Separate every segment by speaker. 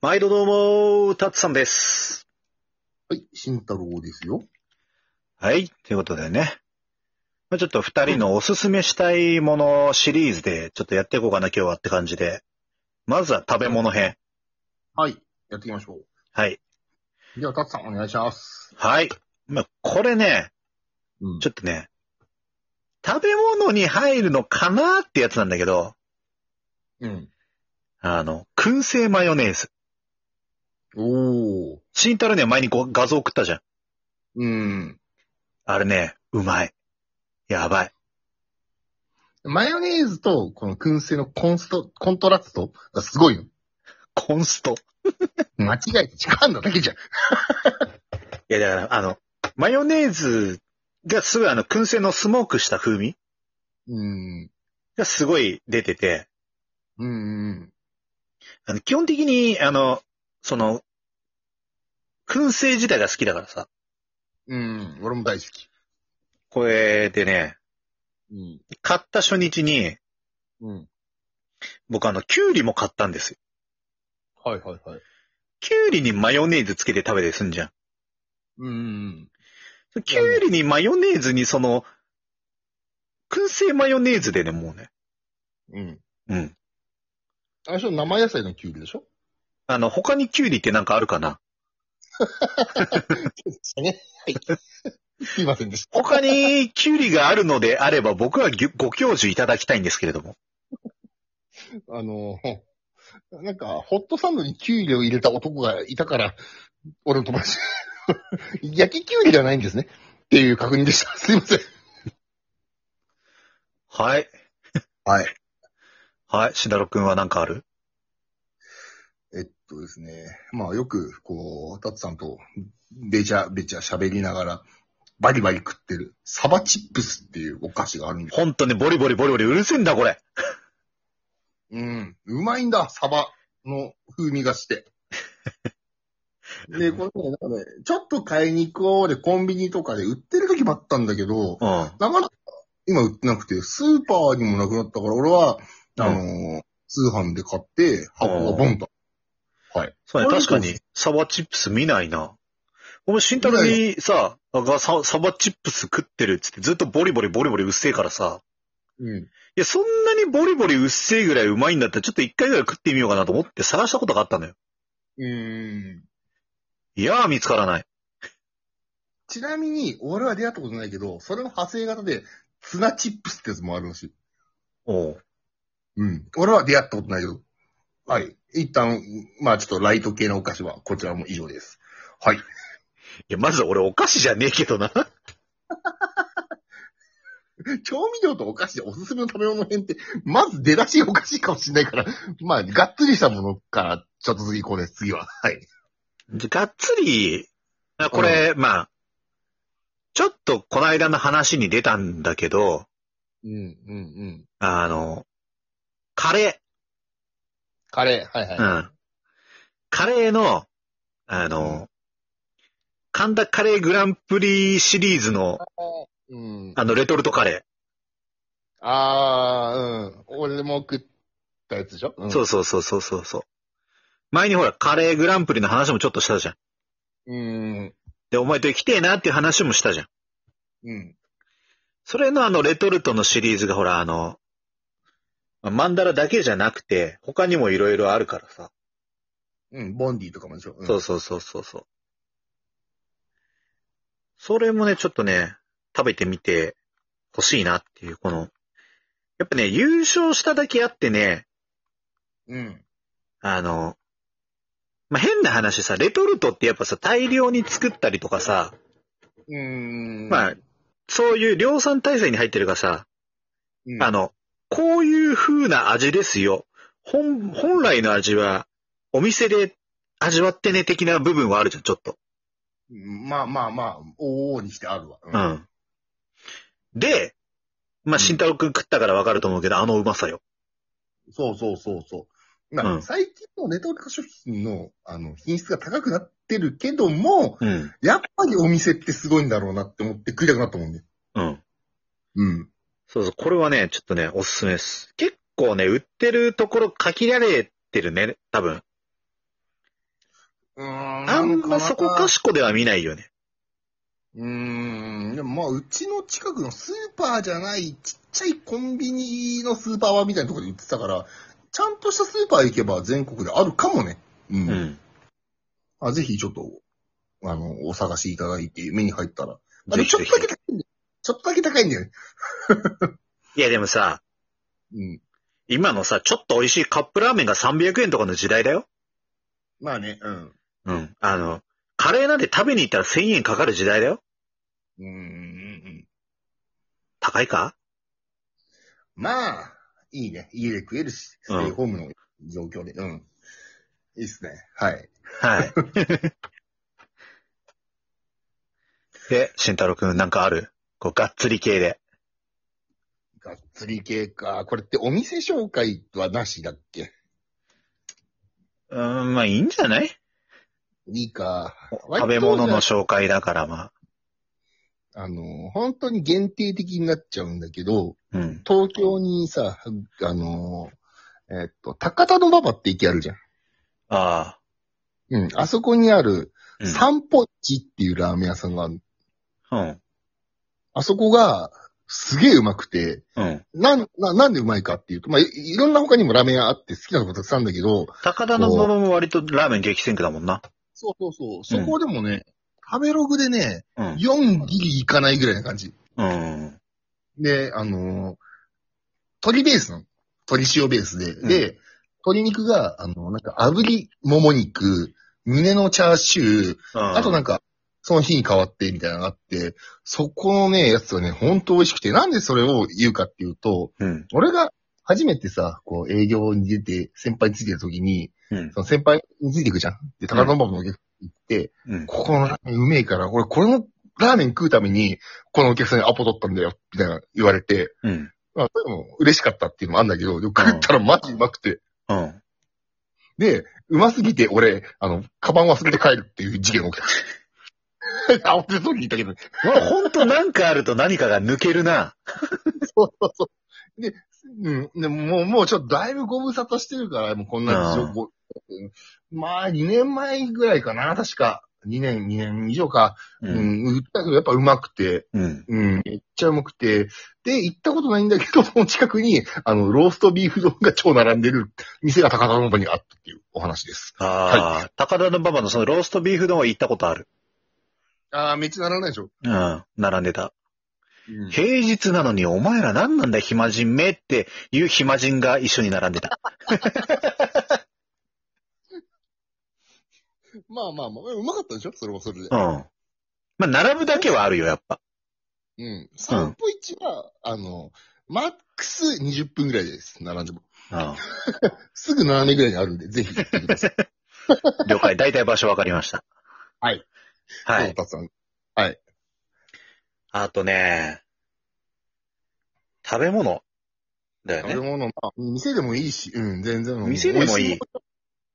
Speaker 1: 毎度どうも、たつさんです。
Speaker 2: はい、慎太郎ですよ。
Speaker 1: はい。ということでね。まあちょっと二人のおすすめしたいものシリーズで、ちょっとやっていこうかな、今日はって感じで。まずは食べ物編。
Speaker 2: はい、やっていきましょ
Speaker 1: はい。
Speaker 2: う。では、たつさんお願いします。
Speaker 1: はい。まあこれね、
Speaker 2: うん
Speaker 1: ちょっとね、食べ物に入るのかなってやつなんだけど、
Speaker 2: うん。
Speaker 1: あの、燻製マヨネーズ。
Speaker 2: おー。
Speaker 1: 慎太郎には前にこう画像送ったじゃん。
Speaker 2: うん。
Speaker 1: あれね、うまい。やばい。
Speaker 2: マヨネーズと、この燻製のコンスト、コントラストがすごいよ。
Speaker 1: コンスト。
Speaker 2: 間違えて違うんだだけじゃん。
Speaker 1: いや、だから、あの、マヨネーズがすごいあの、燻製のスモークした風味
Speaker 2: うん。
Speaker 1: がすごい出てて、
Speaker 2: うん。
Speaker 1: あの、基本的に、あの、その、燻製自体が好きだからさ、
Speaker 2: うん。俺も大好き。
Speaker 1: これでね、
Speaker 2: うん。
Speaker 1: 買った初日に、
Speaker 2: うん。
Speaker 1: 僕あの、キュウリも買ったんですよ。
Speaker 2: はいはいはい。
Speaker 1: キュウリにマヨネーズつけて食べてすんじゃ
Speaker 2: うん。
Speaker 1: ん。キュウリにマヨネーズにその、燻製マヨネーズでね、もうね、
Speaker 2: うん。
Speaker 1: うん。
Speaker 2: あれでしょ生野菜のキュウリでしょ
Speaker 1: あの、他にキュウリってなんかあるかな
Speaker 2: ね。はい。すいませんでした。
Speaker 1: 他にキュウリがあるのであれば僕はぎゅご教授いただきたいんですけれども。
Speaker 2: あの、 なんか、ホットサンドにキュウリを入れた男がいたから、俺の友達、 焼きキュウリではないんですね。っていう確認でした。 すいません。
Speaker 1: はい。
Speaker 2: はい。
Speaker 1: はい。しだろくんはなんかある
Speaker 2: えっとですね。まあ、よく、こう、タツさんと、べちゃべちゃ喋りながら、バリバリ食ってる、サバチップスっていうお菓子があるんです。
Speaker 1: ほんとね、ボリボリボリボリうるせえんだ、これ。
Speaker 2: うん。うまいんだ、サバの風味が して。で、これね、なんかね、ちょっと買いに行こうで、コンビニとかで売ってる時もあったんだけど、
Speaker 1: うん。
Speaker 2: なかなか今売ってなくて、スーパーにもなくなったから、俺は、
Speaker 1: うん
Speaker 2: あのー通販で買って、箱がボンと。
Speaker 1: そうね、
Speaker 2: これ
Speaker 1: 確かに、サバチップス見ないな。お前、慎太郎にさ、がササバチップス食ってるっつってずっとボリボリボリボリうっせえからさ、
Speaker 2: うん。
Speaker 1: いや、そんなにボリボリうっせえぐらいうまいんだったらちょっと一回ぐらい食ってみようかなと思って探したことがあったのよ。
Speaker 2: うん。
Speaker 1: いやー、見つからない。
Speaker 2: ちなみに、俺は出会ったことないけど、それの派生型で、ツナチップスってやつもあるらしい。
Speaker 1: おう
Speaker 2: うん。俺は出会ったことないけど。はい。一旦、まあちょっとライト系のお菓子は、こちらも以上です。はい。
Speaker 1: いや、まず俺お菓子じゃねえけどな。
Speaker 2: 調味料とお菓子でおすすめの食べ物編って、まず出だしがおかしいかもしれないから、まあ、がっつりしたものから、ちょっと次行こうです。次は。はい。
Speaker 1: じゃがっつり、あこれ、まあ、ちょっとこの間の話に出たんだけど、
Speaker 2: うん、うん、うん。
Speaker 1: あの、カレ
Speaker 2: カレー、はいはい。
Speaker 1: ー、うん。カレーの、あ
Speaker 2: う
Speaker 1: の、神田カレーグランプリシリーズの、
Speaker 2: うん。
Speaker 1: あの、レトルトカレ
Speaker 2: あー、うん。俺も食ったやつでしょ、う
Speaker 1: ー。
Speaker 2: ん、。
Speaker 1: そううそうそうそうそうそう。前にほら、カレーグランプリの話もちょっとしたじゃん。
Speaker 2: うん。
Speaker 1: で、お前と行きてえなっていう話もしたじゃん。
Speaker 2: うん。
Speaker 1: それのあの、レトルトのシリーズがほら、あの、マンダラだけじゃなくて、他にもいろいろあるからさ。
Speaker 2: うん。ボンディとかもでしょ、うん、
Speaker 1: そうそうそうそうそう。それもね、ちょっとね、食べてみて欲しいなっていう、この、やっぱね、優勝しただけあってね、
Speaker 2: うん。
Speaker 1: あの、まあ、変な話さ、レトルトってやっぱさ、大量に作ったりとかさ、
Speaker 2: うん。
Speaker 1: まあ、そういう量産体制に入ってるからさ、
Speaker 2: うん、
Speaker 1: あの、こういう風な味ですよ。本、本来の味は、お店で味わってね的な部分はあるじゃん、ちょっと。
Speaker 2: うんまあまあまあ、おーにしてあるわ。う
Speaker 1: う。ん。で、まあ、慎太郎くん食ったからわかると思うけど、あのうまさよ。
Speaker 2: そうそうそうそう。まあ、
Speaker 1: うん
Speaker 2: 最近のレトルト食品の、あの、品質が高くなってるけども、
Speaker 1: うん。
Speaker 2: やっぱりお店ってすごいんだろうなって思って食いたくなったもんね。
Speaker 1: うん。
Speaker 2: うん。
Speaker 1: そうそう、これはね、ちょっとね、おすすめです。結構ね、売ってるところ限られてるね、多分。
Speaker 2: うーん。
Speaker 1: あんまそこか
Speaker 2: し。
Speaker 1: しこでは見ないよね。
Speaker 2: うーん。でもまあ、うちの近くのスーパーじゃない、ちっちゃいコンビニのスーパーはみたいなところで売ってたから、ちゃんとしたスーパー行けば全国であるかもね。うん。
Speaker 1: うん。
Speaker 2: あぜひちょっと、あの、お探しいただいて、目に入ったら。あ
Speaker 1: ぜ
Speaker 2: れ、
Speaker 1: ひ
Speaker 2: ちょ
Speaker 1: ぜ
Speaker 2: っ
Speaker 1: ひ
Speaker 2: とだけ高いんだよ。ちょっとだけ高いんだよね。
Speaker 1: いやでもさ、
Speaker 2: うん。
Speaker 1: 今のさ、ちょっと美味しいカップラーメンが300円とかの時代だよ。
Speaker 2: まあね、うん。
Speaker 1: うん。あの、カレーなんて食べに行ったら1000円かかる時代だよ。
Speaker 2: うんうんうん。
Speaker 1: 高いか
Speaker 2: まあ、いいね。家で食えるし、ス
Speaker 1: うん
Speaker 2: テイホームの状況で。うん。いいっすね。はい。
Speaker 1: はい。え、慎太郎くんなんかあるこう、がっつり系で。
Speaker 2: がっつり系か。これってお店紹介はなしだっけ
Speaker 1: うーん、まあいいんじゃない
Speaker 2: いいか。
Speaker 1: 食べ物の
Speaker 2: 割と
Speaker 1: 紹介だから、まあ。
Speaker 2: あの、本当に限定的になっちゃうんだけど、
Speaker 1: うん。
Speaker 2: 東京にさ、あの、えっと、高田の馬場って駅あるじゃん。
Speaker 1: あ
Speaker 2: うん。あそこにある、
Speaker 1: あ。
Speaker 2: 散歩地っていうラーメン屋さんがある。
Speaker 1: うん。
Speaker 2: あそこが、すげえうまくて、
Speaker 1: うん。
Speaker 2: なん、な、なんでうまいかっていうと、まあい、いろんな他にもラーメン屋あって好きなとこたくさんあるんだけど、
Speaker 1: 高田の馬場も割とラーメン激戦区だもんな。
Speaker 2: そうそうそう、そこでもね、食べログでね、
Speaker 1: うん。
Speaker 2: 4ギリいかないぐらいな感じ。
Speaker 1: うん。
Speaker 2: で、あのー鶏ベースなの。鶏塩ベースで。
Speaker 1: ん
Speaker 2: で、鶏肉が、あの、なんか炙りもも肉、胸のチャーシュー、あとなん
Speaker 1: か、
Speaker 2: か、その日に変わってみたいなのがあって、そこのね、やつはね、ほんと美味しくて、なんでそれを言うかっていうと、
Speaker 1: うん。
Speaker 2: 俺が初めてさ、こう営業に出て先輩についてる時に、
Speaker 1: うん
Speaker 2: その先輩についていくじゃん。で、高田馬場のお客さんに行って、
Speaker 1: うん。
Speaker 2: ここのラーメンうめえから、俺このラーメン食うために、このお客さんにアポ取ったんだよ、みたいな言われて、
Speaker 1: うん。
Speaker 2: まあ、それも嬉しかったっていうのもあるんだけど、でも食ったらマジうまくて。
Speaker 1: うん。
Speaker 2: で、うますぎて俺、あの、カバン忘れて帰るっていう事件が起 きた。慌てそうに言ったけど、
Speaker 1: まあ、ほんとなんかあると何かが抜けるな。
Speaker 2: そうそうそう。で、うん、でももう、もうちょっとだいぶご無沙汰してるから、もうこんな情報。まあ、2年前ぐらいかな、確か。2年、2年以上か。
Speaker 1: う
Speaker 2: う。ん、売ったけどやっぱうまくて、
Speaker 1: うん。
Speaker 2: うん、めっちゃうまくて。で、行ったことないんだけど、 その近くに、あの、ローストビーフ丼が超並んでる店が高田馬場にあったっていうお話です。
Speaker 1: ああ、高田の馬場のそのローストビーフ丼は行ったことある。
Speaker 2: ああ、めっちゃ並らないでしょ。
Speaker 1: うん。並んでた。
Speaker 2: うん
Speaker 1: 平日なのにお前ら何なんだ暇人めっていう暇人が一緒に並んでた。
Speaker 2: まあまあまあ、うまかったでしょそれもそれで
Speaker 1: うん。。まあ、並ぶだけはあるよ、やっぱ。
Speaker 2: うん。散歩市は、あの、マックス20分ぐらいです。並んでも。
Speaker 1: うん。
Speaker 2: すぐ斜めぐらいにあるんで、ぜひ行ってください。
Speaker 1: 了 解。大体場所わかりました。
Speaker 2: はい。
Speaker 1: は
Speaker 2: トー
Speaker 1: い。
Speaker 2: タさん。
Speaker 1: あとね、食べ物だよ
Speaker 2: 食べ
Speaker 1: ね。
Speaker 2: 物、まあ、店でもいいし、うん、全然。
Speaker 1: 店でもいい
Speaker 2: 美味し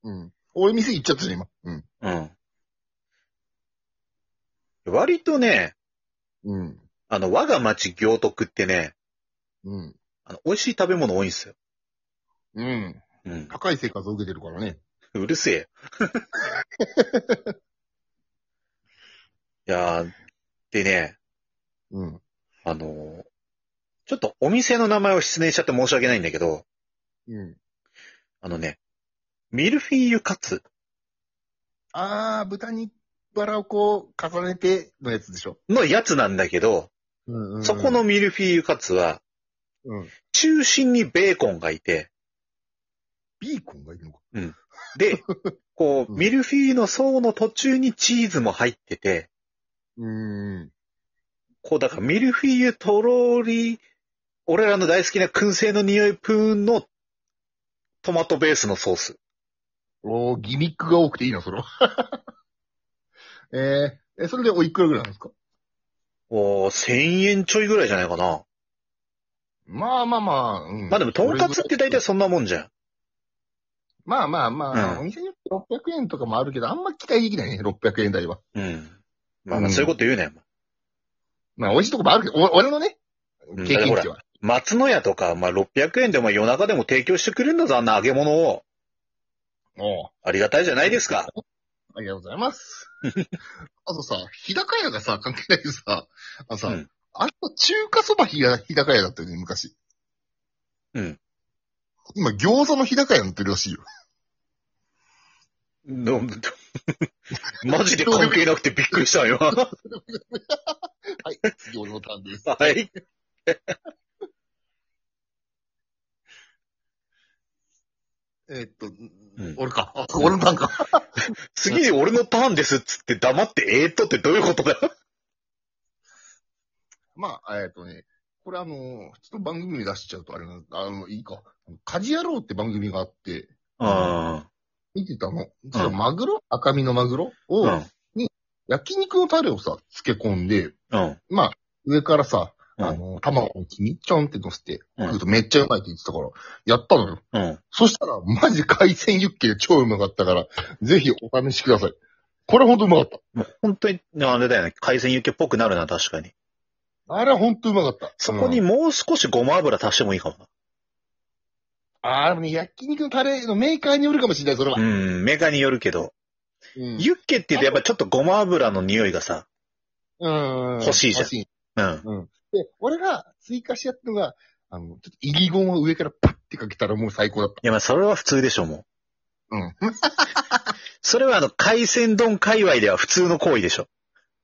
Speaker 2: もの。うん。俺店行っちゃったじゃん、今。うん。
Speaker 1: うん。割とね、
Speaker 2: うん。
Speaker 1: あの、我が町行徳ってね、
Speaker 2: うん。
Speaker 1: あの、美味しい食べ物多いんですよ。
Speaker 2: うん。
Speaker 1: うん。
Speaker 2: 高い生活を受けてるからね。
Speaker 1: うるせえよ。 いやー、でね、
Speaker 2: うん。
Speaker 1: あのーちょっとお店の名前を失念しちゃって申し訳ないんだけど、
Speaker 2: うん。
Speaker 1: あのね、ミルフィーユカツ。
Speaker 2: あー、豚にバラをこう、重ねてのやつでしょ。
Speaker 1: のやつなんだけど、
Speaker 2: うん、うん。
Speaker 1: そこ、のミルフィーユカツは、
Speaker 2: うん。
Speaker 1: 中心にベーコンがいて、
Speaker 2: ビーコンがいるのか。
Speaker 1: で、こう、
Speaker 2: うん
Speaker 1: ミルフィーユの層の途中にチーズも入ってて、
Speaker 2: うん。
Speaker 1: こう、だからミルフィーユとろり、俺らの大好きな燻製の匂いプーンのトマトベースのソース。
Speaker 2: おー、ギミックが多くていいな、それは。えー、え、それでおいくらぐらいなんですか
Speaker 1: おー、1000円ちょいぐらいじゃないかな。
Speaker 2: まあまあまあ、うん。
Speaker 1: まあでも、とんかつって大体そんなもんじゃん。
Speaker 2: まあまあまあ、
Speaker 1: うん
Speaker 2: お店によって600円とかもあるけど、あんま期待できないね、600円台は。
Speaker 1: うん。まあまあ、そういうこと言うなよ。
Speaker 2: まあ、美味しいとこもあるけど、お俺のね
Speaker 1: う、ん
Speaker 2: 経験値は。
Speaker 1: 松の屋とか、まあ、600円でも夜中でも提供してくれるんだぞ、あんな揚げ物を。
Speaker 2: おう
Speaker 1: ありがたいじゃないですか。
Speaker 2: ありがとうございます。あとさ、日高屋がさ、関係ないけどさ、あのさ、
Speaker 1: うん
Speaker 2: あれは中華そば日が日高屋だったよね、昔。
Speaker 1: うん。
Speaker 2: 今、餃子の日高屋になってるらしいよ。
Speaker 1: ど マジで関係なくてびっくりしたよ。 は
Speaker 2: はい、次俺のターンです。
Speaker 1: い。
Speaker 2: えーっと、
Speaker 1: ん
Speaker 2: 俺か。あ、俺のターンか。
Speaker 1: 次、俺のターンですっつって黙って、えーっとってどういうことだ
Speaker 2: まあ、えーっとね、これあの、ちょっと番組に出しちゃうとあれなんあの、いいか。カジ野郎って番組があって、
Speaker 1: あ
Speaker 2: 見てたの。そのマグロ、赤身のマグロを、
Speaker 1: うん。
Speaker 2: 焼肉のタレをさ、漬け込んで、
Speaker 1: うん。
Speaker 2: まあ、上からさ、
Speaker 1: うん
Speaker 2: あの、卵の黄身、ちょんって乗せて、
Speaker 1: うん
Speaker 2: 食うとめっちゃうまいって言ってたから、やったのよ。
Speaker 1: うん。
Speaker 2: そしたら、マジ海鮮ユッケで超うまかったから、ぜひお試しください。これほんとうまかった。
Speaker 1: もう本当に、あれだよね。海鮮ユッケっぽくなるな、確かに。
Speaker 2: あれはほんとうまかった。
Speaker 1: そこに
Speaker 2: うん
Speaker 1: もう少しごま油足してもいいかもな。
Speaker 2: あーでもね、焼肉のタレのメーカーによるかもしれない、それは。
Speaker 1: うん、メーカーによるけど。
Speaker 2: うん。
Speaker 1: ユッケって言うとやっぱちょっとごま油の匂いがさ、
Speaker 2: うん
Speaker 1: 欲しいじゃん
Speaker 2: 欲しい。
Speaker 1: うん。
Speaker 2: で、俺が追加しやったのが、あの、ちょっとイリゴンを上からパッてかけたらもう最高だっ
Speaker 1: いや、まあそれは普通でしょ、もう。
Speaker 2: うん。
Speaker 1: それはあの、海鮮丼界隈では普通の行為でしょ。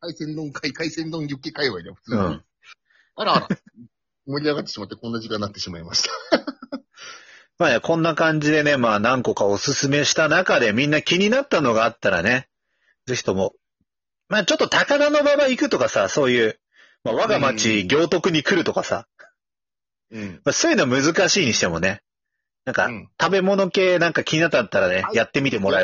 Speaker 2: た。海鮮丼海、海鮮丼ユッケ界隈では普通
Speaker 1: う
Speaker 2: に。
Speaker 1: ん。
Speaker 2: あらあら。盛り上がってしまってこんな時間になってしまいました。
Speaker 1: まあね、こんな感じでね、まあ何個かおすすめした中でみんな気になったのがあったらね、ぜひとも、まあちょっと高田の馬場行くとかさ、そういう、まあ我が町行徳に来るとかさ、
Speaker 2: うん。
Speaker 1: まあそういうの難しいにしてもね、なんか
Speaker 2: うん
Speaker 1: 食べ物系なんか気になったらね、
Speaker 2: はい
Speaker 1: やってみてもらえる